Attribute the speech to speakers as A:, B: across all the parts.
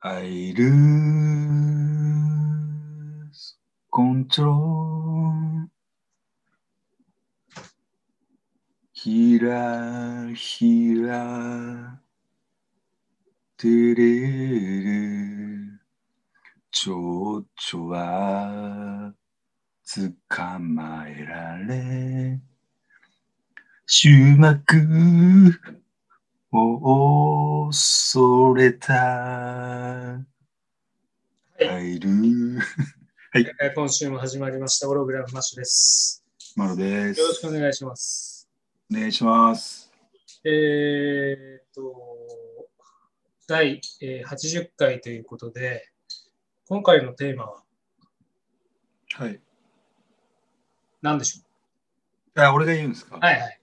A: I lose control. ひらひらてれれちょうちょはつかまえられ終幕を恐れた
B: い
A: アイルー
B: えー今週も始まりました、オログラムマッシュです。
A: マロです
B: よろしくお願いします。
A: お願いします
B: えーっと、第えー80回ということで、今回のテーマは
A: はい
B: 何でしょ
A: あ俺が言うんですか
B: うはいはい。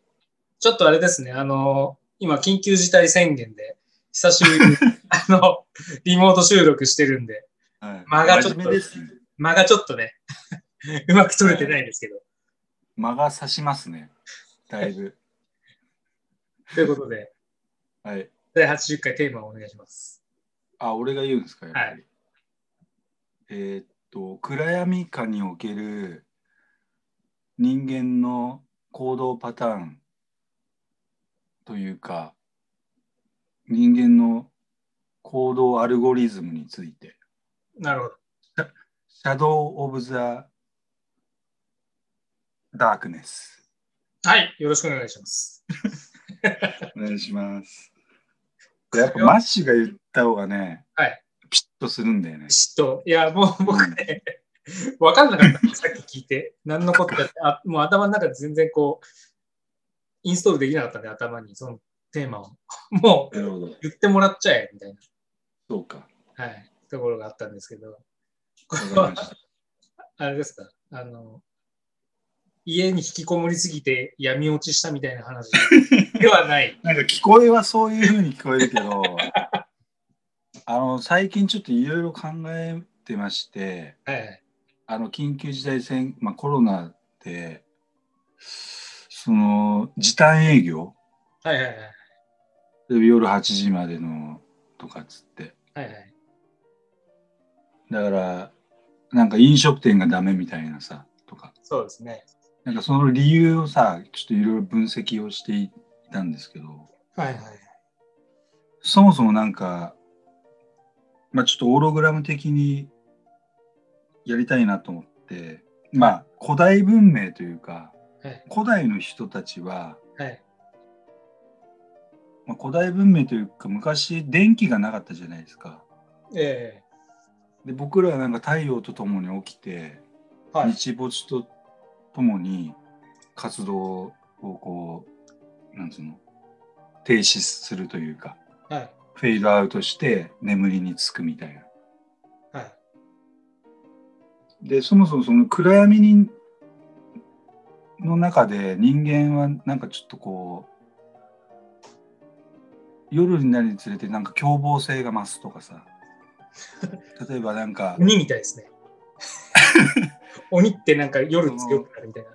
B: ちょっとあれですね、あの、今、緊急事態宣言で、久しぶ りに、あの、リモート収録してるんで、
A: はい
B: 間がちょっと
A: 真面目ですね
B: 間がちょっとね、 うまく取れてないんですけど、
A: 間が差しますねだいぶ
B: ということで、
A: はい
B: 第80回テーマをお願いします。
A: あ俺が言うんですかやっぱり、
B: は
A: えーっと暗闇下における人間の行動パターンというか人間の行動アルゴリズムについて
B: なるほど。
A: シャドウ・オブ・ザ・ダークネス
B: はい、よろしくお願いします。
A: お願いしますやっぱマッシュが言った方がね、
B: はい
A: ピッとするんだよね
B: 嫉妬。いや、もう僕ね、わかんなかった。さっき聞いて。何のことかってあ、もう頭の中で全然こう、インストールできなかったんで、頭に、そのテーマを。もう、
A: なるほど
B: 言ってもらっちゃえ、みたい
A: そうか
B: な、はい、ところがあったんですけど、
A: わかりました
B: あれですか、あの、家に引きこもりすぎて闇落ちしたみたいな話で はない。
A: なんか聞こえはそういうふうに聞こえるけど、あの最近ちょっといろいろ考えてまして、
B: はいはい。
A: あの緊急事態宣、まあ、コロナで、その時短営業、
B: はいはいはい。
A: 夜8時までのとかっつって、
B: はいはい。
A: だから、なんか飲食店がダメみたいなさ、とか、
B: そうですね。
A: なんかその理由をさ、ちょっといろいろ分析をしていたんですけど、
B: はいはい。
A: そもそもなんか、まあ、ちょっとオーログラム的にやりたいなと思って、まあ、古代文明というか、
B: はい
A: 古代の人たちは、
B: はい。
A: まあ、古代文明というか昔電気がなかったじゃないですか
B: え
A: で僕らはなんか太陽とともに起きて、
B: えはい。
A: 日没とともに活動をこうなんつうの停止するというか
B: はい。
A: フェードアウトして眠りにつくみたいな
B: はい。
A: でそもそもその暗闇にの中で人間はなんかちょっとこう夜になるにつれてなんか凶暴性が増すとか さ例えばなんか
B: 鬼みたいですね。鬼ってなんか夜強くなるみたいな。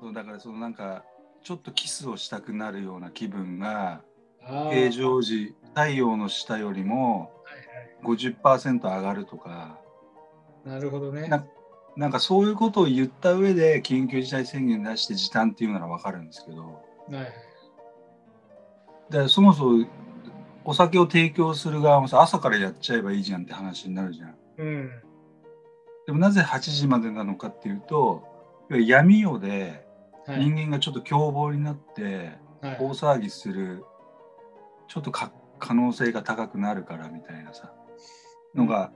A: そうだからそのなんかちょっとキスをしたくなるような気分が
B: あー
A: 平常時太陽の下よりも50%上がるとか
B: なるほどね。
A: ななんかそういうことを言った上で緊急事態宣言出して時短っていうならわかるんですけど。
B: はいはい
A: でそもそもお酒を提供する側もさ朝からやっちゃえばいいじゃんって話になるじゃん
B: うん。
A: でもなぜ8時までなのかっていうと要は闇夜で
B: はい
A: 人間がちょっと凶暴になって
B: はい
A: 大騒ぎするちょっとか可能性が高くなるからみたいなさのが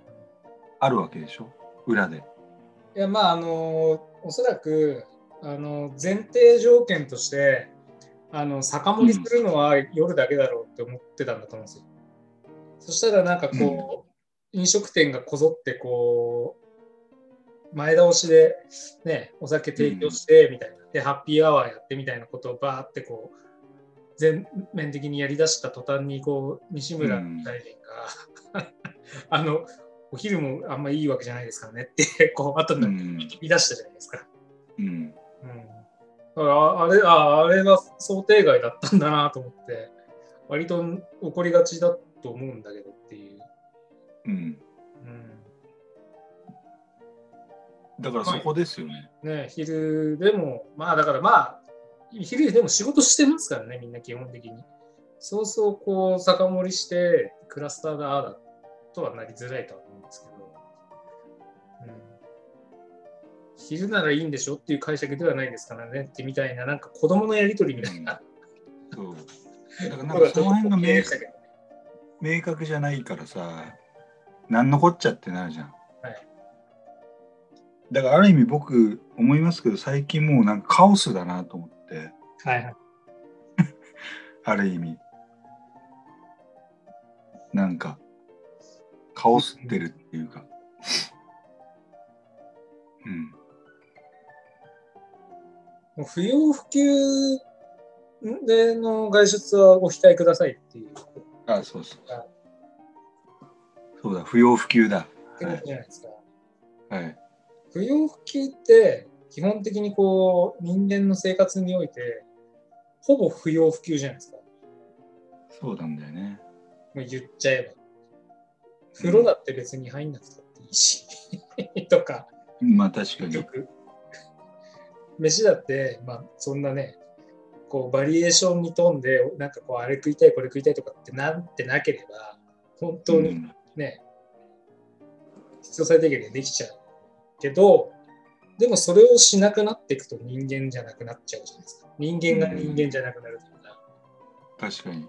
A: あるわけでしょ裏で
B: いやまああのーおそらく、あのー前提条件としてあの酒盛りするのは夜だけだろうって思ってたんだと思うんですよ。そしたらなんかこう、飲食店がこぞってこう前倒しで、ね、お酒提供してみたいな、でハッピーアワーやってみたいなことをバーってこう全面的にやりだした途端にこう西村大臣が、 あのお昼もあんまいいわけじゃないですからねってこう後に
A: う
B: なって
A: ん、
B: 言い出したじゃないですか。
A: うん、
B: うん、だからあれああれが想定外だったんだなと思って割と怒りがちだと思うんだけどってい
A: う
B: う
A: うん、
B: うん
A: だからそこですよね。
B: ね、昼でも、まあだからまあ、昼でも仕事してますからね、みんな基本的に。そうそう、こう、酒盛りして、クラスターだ、ああだとはなりづらいとは思うんですけど、うん、昼ならいいんでしょっていう解釈ではないですからねってみたいな、なんか子供のやりとりみたいな。
A: そうだからなんかその辺が
B: 見え
A: 明
B: ましたけど
A: 明確じゃないからさ、なんのこっちゃってなるじゃん。
B: はい
A: だからある意味僕思いますけど最近もうなんかカオスだなと思って
B: はいはい。
A: ある意味なんかカオスってるっていう かうん
B: もう不要不急での外出はご控えくださいっていう
A: あそうそうそうそうだ不要不急だ
B: ってことじゃないですか。
A: はい
B: 不要不急って基本的にこう人間の生活においてほぼ不要不急じゃないですかも
A: そうなんだよね
B: う言っちゃえば風呂だって別に入んなくたっていいし とか
A: まあ確か
B: 結
A: に
B: 局飯だってまあそんなねこうバリエーションに富んでなんかこうあれ食いたいこれ食いたいとかってなんてなければ本当
A: う
B: に
A: ん
B: ね、必要最低限でできちゃうけど、でもそれをしなくなっていくと人間じゃなくなっちゃうじゃないですか。人間が
A: うん
B: 人間じゃなくなるというか、
A: 確かに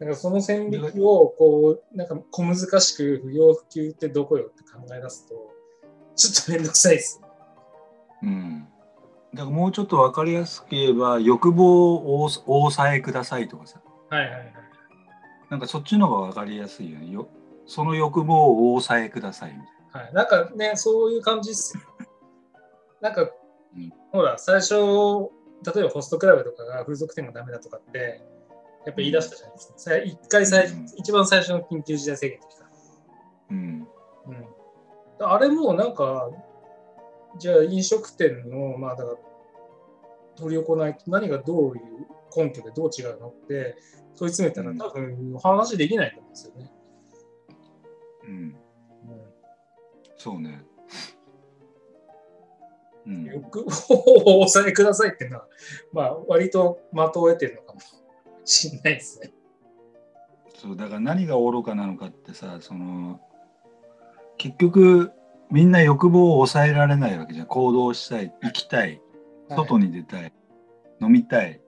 B: なんかその線引きをこう、なんか小難しく不要不急ってどこよって考え出すと、ちょっとめんどくさいですね。
A: うんだからもうちょっと分かりやすく言えば欲望をおお抑えくださいとかさ
B: はいはいはい。
A: なんかそっちの方が分かりやすいよねよその欲望をお抑えくださいみたい
B: はい、なんかね、そういう感じっすよ。なんか、
A: うん
B: ほら、最初、例えばホストクラブとかが風俗店がダメだとかって、やっぱ言い出したじゃないですか。さ一回最、
A: うん
B: 一番最初の緊急事態宣言の時か
A: な、うん、
B: ら。うん。あれもなんか、じゃあ飲食店の、まあだから、取り行いと何がどういう根拠でどう違うのって問い詰めたら
A: うん
B: 多分話できないと思うんですよね。
A: うん、そうねう
B: うん、
A: ん、
B: 欲望をお抑えくださいっていうのは、まあ割と的を得てるのかもしれないですね。
A: そうだから何が愚かなのかってさその結局みんな欲望を抑えられないわけじゃん行動したい行きたい外
B: に、
A: に出たい、飲みたい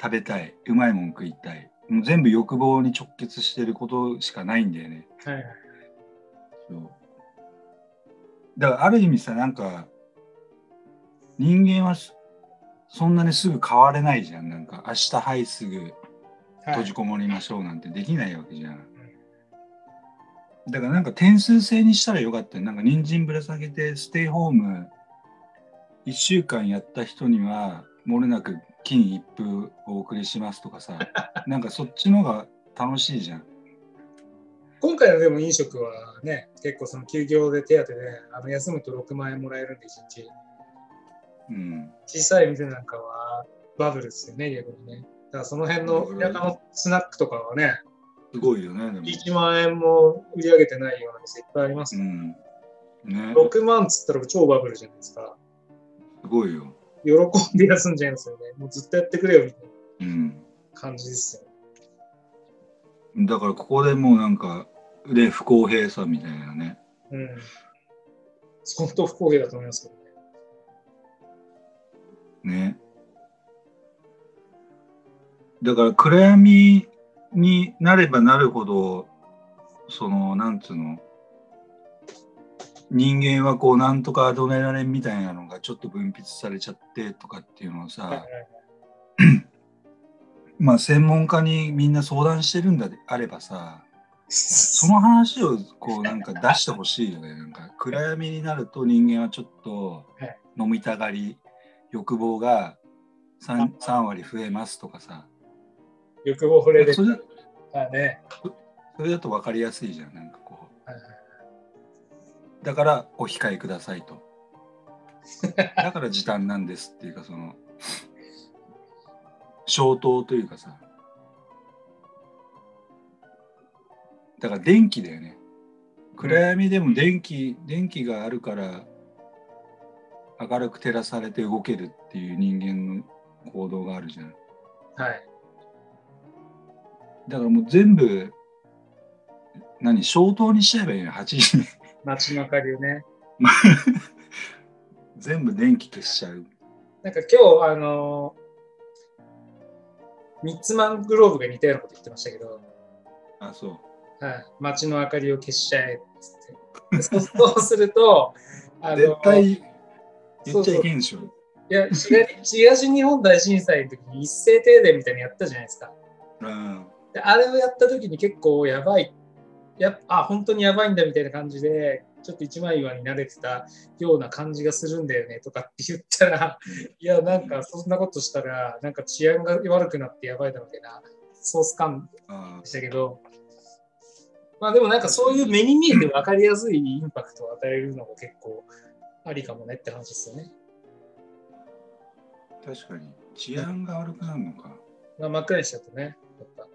A: 食べたいうまいもん食いたいもう全部欲望に直結してることしかないんだよね
B: はいはい
A: そうだからある意味さなんか人間はすそんなにすぐ変われないじゃんなんか明日はいすぐ
B: はい
A: 閉じこもりましょうなんてできないわけじゃん、だからなんか点数制にしたらよかったよなんか人参ぶら下げてステイホーム1週間やった人にはもれなく金一封お送りしますとか さなんかそっちの方が楽しいじゃん
B: 今回のでも飲食はね、結構その休業で手当で、あの休むと6万円もらえるんで、1日。
A: うん
B: 小さい店なんかはバブルですよね、逆にね。だからその辺の田舎のスナックとかはね、
A: すごいよねでも
B: 1万円も売り上げてないような店いっぱいあります
A: う
B: ね。
A: んね
B: 6万っつったら超バブルじゃないですか。
A: すごいよ
B: 喜んで休んじゃいますよね。もうずっとやってくれよみたいな
A: うん
B: 感じですよね。
A: だからここでもうなんかで不公平さみたいなね
B: うん。本当不公平だと思いますけどね。
A: ね。だから暗闇になればなるほど、その、なんつうの、人間はこう、なんとかアドレナリンみたいなのがちょっと分泌されちゃってとかっていうのを
B: はいは
A: さ
B: い、
A: まあ専門家にみんな相談してるんだであればさ、その話をこうなんか出してほしいよね。なんか暗闇になると人間はちょっと
B: はい
A: 飲みたがり、欲望が 3, 3割増えますとかさ。
B: 欲望触れる。
A: それ
B: あね。
A: それだと分かりやすいじゃん。なんかこ。
B: はいはいう
A: だからお控えくださいと。 だから時短なんですっていうかその、消灯というかさ。だから電気だよね。暗闇でも電気、電気があるから明るく照らされて動けるっていう人間の行動があるじゃん。
B: はい。
A: だからもう全部、何、消灯にしちゃえばいいの、8時に。
B: 街の明かりをね。
A: 全部電気消しちゃう。
B: なんか今日、あのーミッツマングローブが似たようなこと言ってましたけど、
A: あ、そう。
B: はい、街の明かりを消しちゃえっつって。そうそうすると、あのー
A: 絶対言っちゃいけんでしょ。
B: いや東、東日本大震災の時に一斉停電みたいにやったじゃないですか。
A: うん。
B: であれをやった時に結構やばい。やあ、本当にやばいんだみたいな感じで、ちょっと一枚岩に慣れてたような感じがするんだよねとかって言ったら、 いや、なんかそんなことしたら、なんか治安が悪くなってやばいだろうみたいな、ソース感
A: あ
B: でしたけど、まあでもなんかそういう目に見えて分かりやすいインパクトを与えるのも結構ありかもねって話ですよね。
A: ー確かに。治安が悪くなるのか。
B: まあ、真っ暗にしちゃうとね、やっぱ、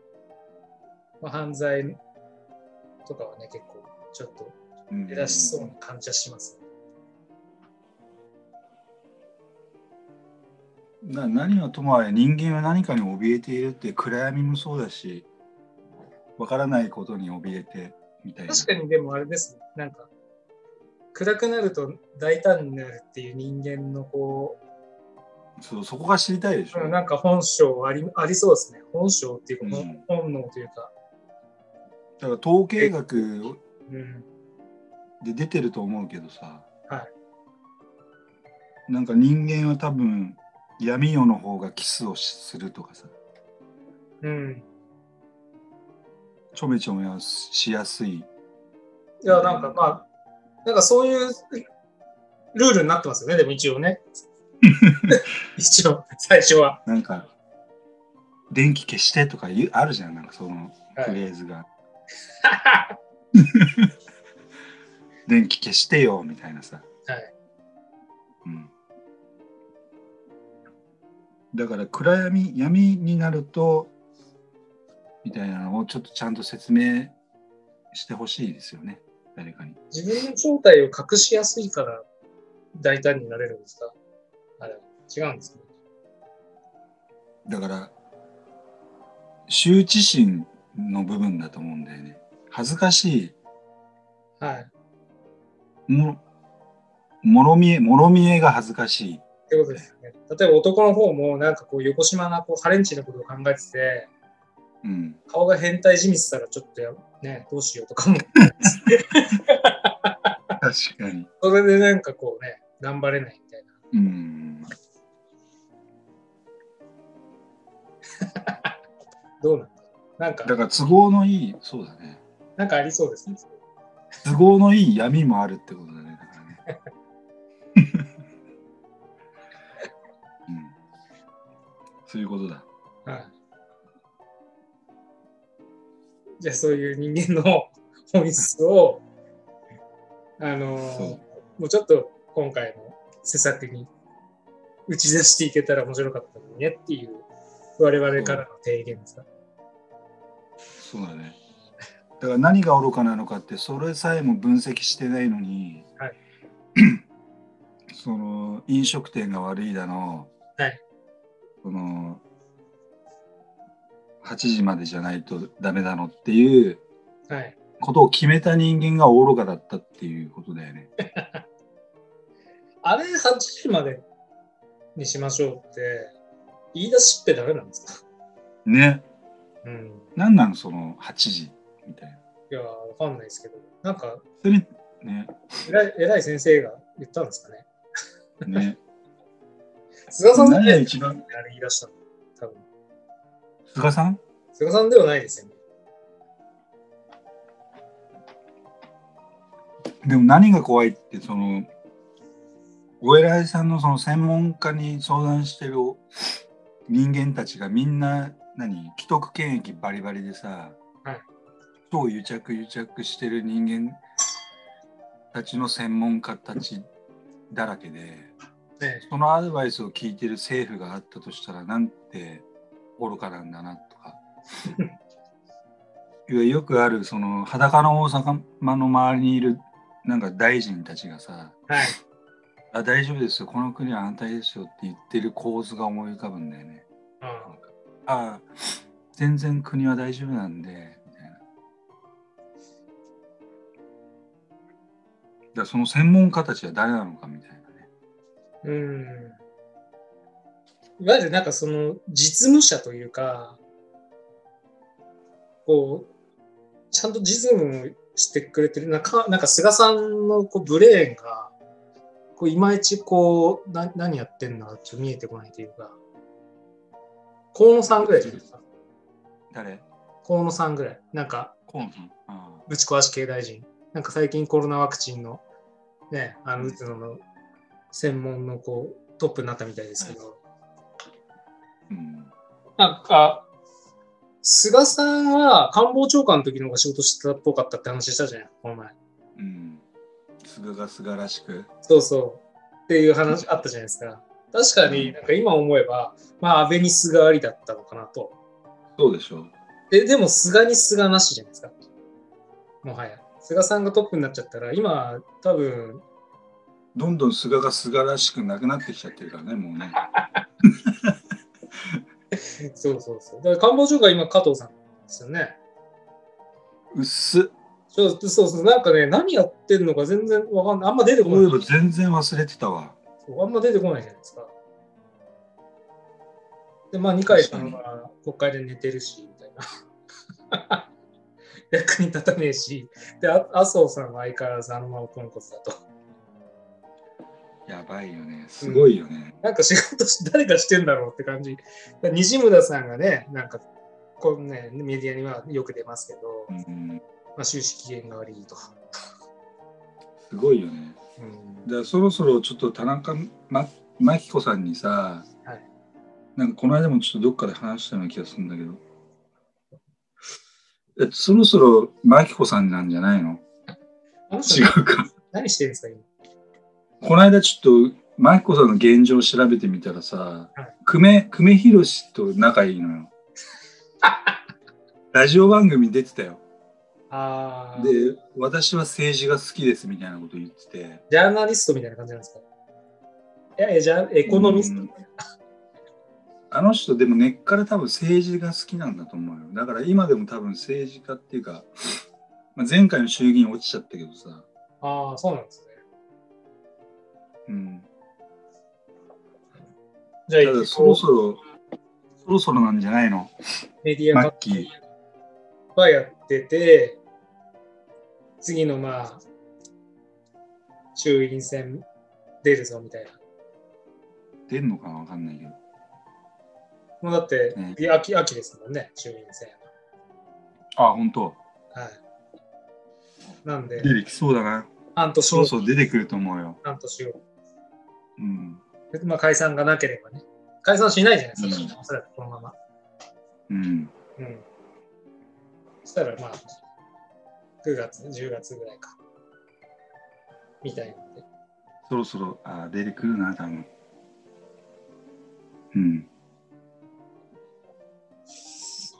B: まあ、犯罪とかはね、結構ちょっと
A: うん
B: 出だしそうな感じはします、ね。
A: な何はともあれ人間は何かに怯えているって暗闇もそうだしわからないことに怯えてみたいな
B: 確かにでもあれですね、なんか、暗くなると大胆になるっていう人間のこ
A: そうそこが知りたいでしょ、
B: う、なんか本性ありありそうですね。本性っていうか、
A: うん
B: 本能というか、
A: だから統計学
B: うん、
A: で出てると思うけどさ、
B: は
A: なんか人間は多分闇夜の方がキスをしするとかさ
B: うん。
A: ちょめちょめはしやすい
B: いや、なんかまあ、なんかそういうルールになってますよね、でも一応 ね。一応、最初は。
A: なんか電気消してとか言うあるじゃんなんかそのフレーズが、 電気消してよみたいなさ、
B: はい
A: うん、だから暗闇闇になるとみたいなのをちょっとちゃんと説明してほしいですよね誰かに
B: 自分の正体を隠しやすいから大胆になれるんですかあれ違うんですか
A: だから羞恥心の部分だと思うんだよね恥ずかし
B: はい。っ
A: いももろみえもろみえが恥ずかしい
B: てことですよね。例えば男の方もなんかこう横島なこうハレンチなことを考えてて、
A: うん
B: 顔が変態じみてたらちょっとやね、どうしようとかも。
A: 確かに
B: それでなんかこうね、頑張れないみたいな。
A: うん
B: どうなんだろうなんか
A: だ、から都合のいいそうだね
B: なんかありそうですね。
A: 都合のいい闇もあるってことだねだからね、うん、そういうことだ
B: はい。じゃあそういう人間の本質を、あのー
A: そう
B: もうちょっと今回の施策に打ち出していけたら面白かったのにねっていう我々からの提言ですか。
A: そうだねだから何が愚かなのかってそれさえも分析してないのに、
B: はい
A: その飲食店が悪いだの、
B: はい
A: その8時までじゃないとダメだのっていう
B: はい。
A: ことを決めた人間が愚かだったっていうことだよね。
B: あれ8時までにしましょうって言い出しってダメなんですか
A: ね。
B: うん。
A: なんなのその8時みたいな。
B: いやー、わかんないですけど、なんか
A: それね。
B: 偉い偉い先生が言ったんですかね。
A: ね。
B: 菅さんじゃ
A: 何
B: な
A: が
B: いです
A: 一
B: かあ
A: 番
B: れ言い出したの。多分
A: 菅さん
B: 菅さんではないですよね。
A: でも何が怖いってそのお偉いさんのその専門家に相談してる人間たちがみんな何既得権益バリバリでさ、
B: はい
A: 超癒着癒着してる人間たちの専門家たちだらけで
B: ね
A: そのアドバイスを聞いてる政府があったとしたらなんて愚かなんだなとか いわゆるよくあるその裸の王様の周りにいるなんか大臣たちがさ
B: はい。
A: あ大丈夫ですよこの国は反対ですよって言ってる構図が思い浮かぶんだよね
B: うん
A: ああ全然国は大丈夫なんでみたいなだからその専門家たちは誰なのかみたいなね
B: うんいわゆるなんかその実務者というか、こう、ちゃんと実務をしてくれてる、なんかなんか菅さんのこうブレーンが、こういまいちこうな、何やってんだかちょっと見えてこないというか、河野さんぐらいじゃないですか。
A: 誰
B: 河野さんぐらい。なんか、
A: 河野さんあ
B: ぶち壊し系大臣。なんか最近コロナワクチンの、ね、あの、打つのの専門のこう、トップになったみたいですけど、
A: あうん
B: なんか、菅さんは官房長官の時の方が仕事してたっぽかったって話したじゃない、この前。
A: うん菅が菅らしく
B: そうそう。っていう話あったじゃないですか。確かになんか今思えば、まあ安倍に菅ありだったのかなと。
A: そうでしょ
B: ででも菅に菅なしじゃないですか。もはや。菅さんがトップになっちゃったら、今多分、
A: どんどん菅が菅らしくなくなってきちゃってるからねもう ね
B: そうそうそう。だから官房長官今加藤さんですよね。
A: うっす
B: そうそうそう。なんかね、何やってんのか全然わかんない。あんま出てこ
A: そういえ
B: な
A: ば
B: い。
A: 全然忘れてたわ
B: そうあんま出てこないじゃないですか。で、まあ、二階さんは国会で寝てるし、みたいな。 役に立たねえし、で、あ麻生さんは相変わらずあのままポンコツだと。
A: やばいよねすごいよね、
B: なんか仕事し誰がしてんだろうって感じ。だ西村さんがね、なんか、こうね、メディアにはよく出ますけど、
A: うん
B: まあ、終始機嫌が悪いと。
A: すごいよね
B: うん
A: じゃあそろそろちょっと田中ま真紀子さんにさ、
B: はい
A: なんかこの間もちょっとどっかで話したような気がするんだけどえそろそろ真紀子さんなんじゃないの
B: あの人
A: 違うか
B: 何してるんですか、今。
A: この間ちょっと真紀子さんの現状を調べてみたらさ
B: はい
A: 久米久米宏と仲いいのよ ラジオ番組出てたよ
B: ああ、
A: で私は政治が好きですみたいなこと言ってて
B: ジャーナリストみたいな感じなんですか。いや、えじゃあエコノミスト。
A: うんあの人でも根っから多分政治が好きなんだと思うよだから今でも多分政治家っていうか、まあ、前回の衆議院落ちちゃったけどさ、
B: ああ、そうなんですね。
A: うん、
B: じゃあ、
A: ただそろそろそろそろなんじゃないの
B: メディア
A: マ
B: が
A: ッキー
B: はやってて、次のまあ、衆院選出るぞみたいな。
A: 出んのかなわかんないけど
B: もうだって、
A: うん
B: 次秋秋ですもんね、衆院選。
A: あ本当
B: はい。なんで、
A: 出てきそうだな
B: 半年
A: そろ
B: 後、
A: そろ出てくると思うよ、
B: 半年後。
A: うん
B: でまあ、解散がなければね。解散しないじゃないですか、
A: う
B: おそらくこのまま。
A: うん、
B: うん。そしたらまあ、9月、10月ぐらいか。みたいなんで。
A: そろそろあ出てくるな多分うん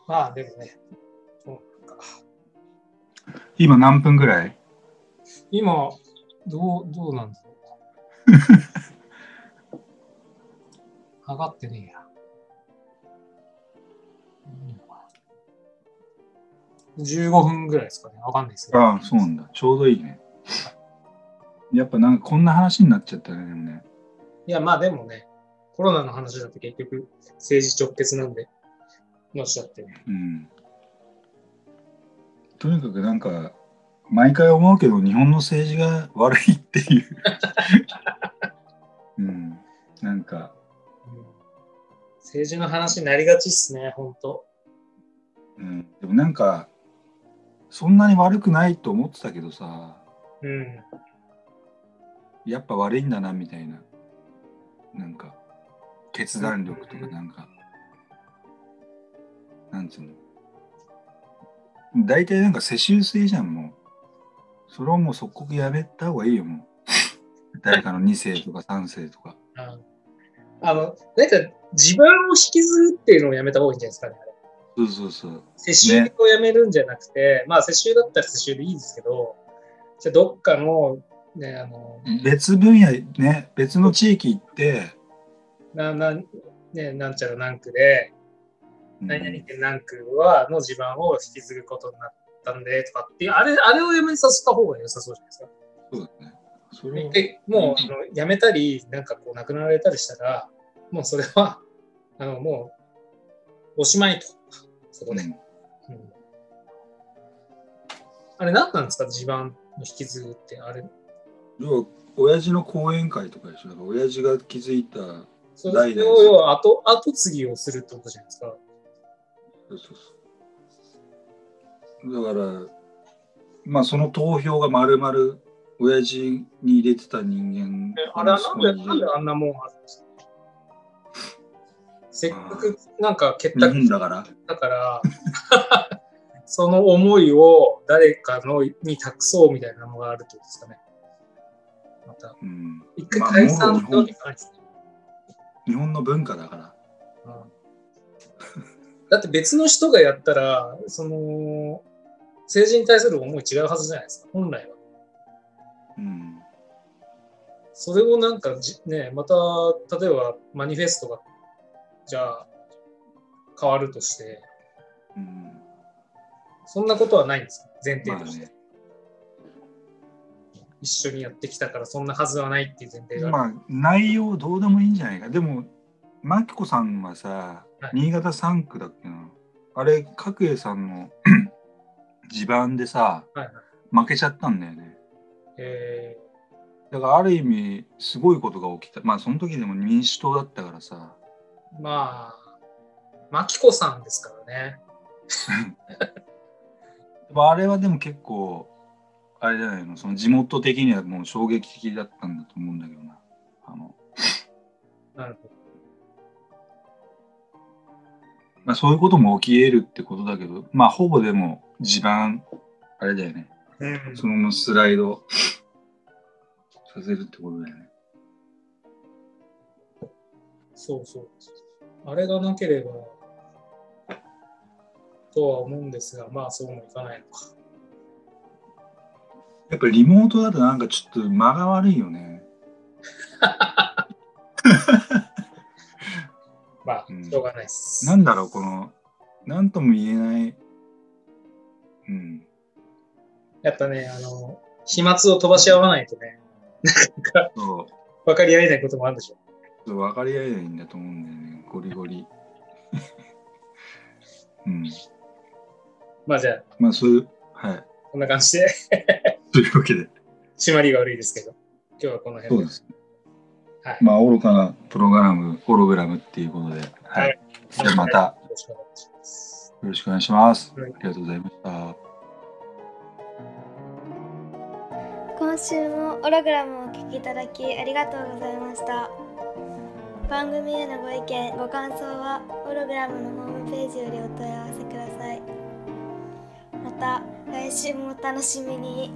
B: まあでもね、そうなんか
A: 今何分ぐらい
B: 今、どう、ど うなんだろうか。上がってねえや。いいのかな15分ぐらいですかね。わかんないですけど。
A: ああ、そうなんだ。ちょうどいいね。やっぱなんかこんな話になっちゃったね。でもね
B: いや、まあでもね、コロナの話だって結局政治直結なんで、のしちゃってね。
A: うん。とにかくなんか、毎回思うけど、日本の政治が悪いって いう。うん。なんか、
B: うん政治の話になりがちっすね、ほんと。
A: うん。でもなんか、そんなに悪くないと思ってたけどさ、
B: うん。
A: やっぱ悪いんだなみたいな。なんか、決断力とかなんか、なんつうの。大体なんか世襲制じゃん、もう。それをもう即刻やめた方がいいよ、 もう。誰かの2世とか3世とか。
B: あの、なんか、地盤を引きずるっていうのをやめた方がいいんじゃないですかね。あれ
A: そうそうそう。
B: 世襲をやめるんじゃなくて、まあ世襲だったら世襲でいいですけど、じゃあどっかの、ね、あの、
A: 別分野ね、別の地域行って、
B: な、な、ね、なんちゃら何区で、
A: うん
B: 何々県何区は、の地盤を引き継ぐことになったんで、とかっていう、あれ、あれをやめさせた方が良さそうじゃないですか。
A: そうだね。それは
B: でもうあの辞めたり、なんかこう亡くなられたりしたら、もうそれは、あのもうおしまいと、そこで。
A: うん
B: うんあれ、何なんですか、地盤の引き継ぐって、あれ、
A: 要は親父の講演会とかでしょ。だから親父が気づいた、そう
B: そ
A: 代
B: れ
A: 々
B: を要は後後継ぎをするってことじゃないですか。
A: そうそうだから、まあその投票がまるまる親父に入れてた人間
B: えあれは
A: そ
B: なん
A: こ
B: で
A: に
B: なんであんなもんあるんですかせっかくなんか結託
A: 日本だから。
B: だから、 その思いを誰かのに託そうみたいなのがあるってことですかね。また、
A: うん。
B: 一回
A: まあ
B: 解散
A: も
B: っ
A: ろ
B: てわけじゃないですね。
A: 日本の文化だから。
B: うんだって別の人がやったら、その、政治に対する思い違うはずじゃないですか、本来は。
A: うん。
B: それをなんかじ、ね、また、例えばマニフェストが、じゃあ、変わるとして、
A: うん
B: そんなことはないんですか前提
A: まあ
B: として。
A: ね、
B: 一緒にやってきたから、そんなはずはないっていう前提がある。
A: まあ内容どうでもいいんじゃないかでもマキコさんはさ、
B: はい
A: 新潟3区だっけなあれ角栄さんの 地盤でさ
B: はいはい
A: 負けちゃったんだよね
B: え
A: だからある意味すごいことが起きたまあその時でも民主党だったからさ
B: ーまあ、マキコさんですからね。
A: でもあれはでも結構あれじゃないのその地元的にはもう衝撃的だったんだと思うんだけどなあの、
B: なるほど。
A: まあ、そういうことも起きえるってことだけどまあほぼでも地盤あれだよね
B: うん
A: そのままスライドさせるってことだよね。
B: そうそう。あれがなければ、とは思うんですが、まあそうもいかないのか。
A: やっぱりリモートだとなんかちょっと間が悪いよね。
B: まあ
A: う、ん
B: しょうがないです。
A: なんだろう、この、なんとも言えない。うん。
B: やっぱね、あの、飛沫を飛ばし合わないとね、
A: そう
B: 分かり合えないこともあるでしょ。
A: ちょっと分かり合えないんだと思うんだよね。ゴリゴリ。 うん。
B: まあじゃあ、
A: まあそういう、はい。
B: こんな感じで、
A: というわけで、
B: 締まりが悪いですけど、今日はこの
A: そ
B: 辺
A: う
B: で。
A: です。
B: はい
A: まあ愚かなプログラム、ホログラムっていうことで、は
B: はい
A: い。じゃあまたよ
B: よろしくお願いします。
A: ろしくお願いします。あり
B: はい
A: がとうございました。
C: 今週もオログラムをお聞きいただきありがとうございました番組へのご意見ご感想はオログラムのホームページよりお問い合わせくださいまた来週もお楽しみに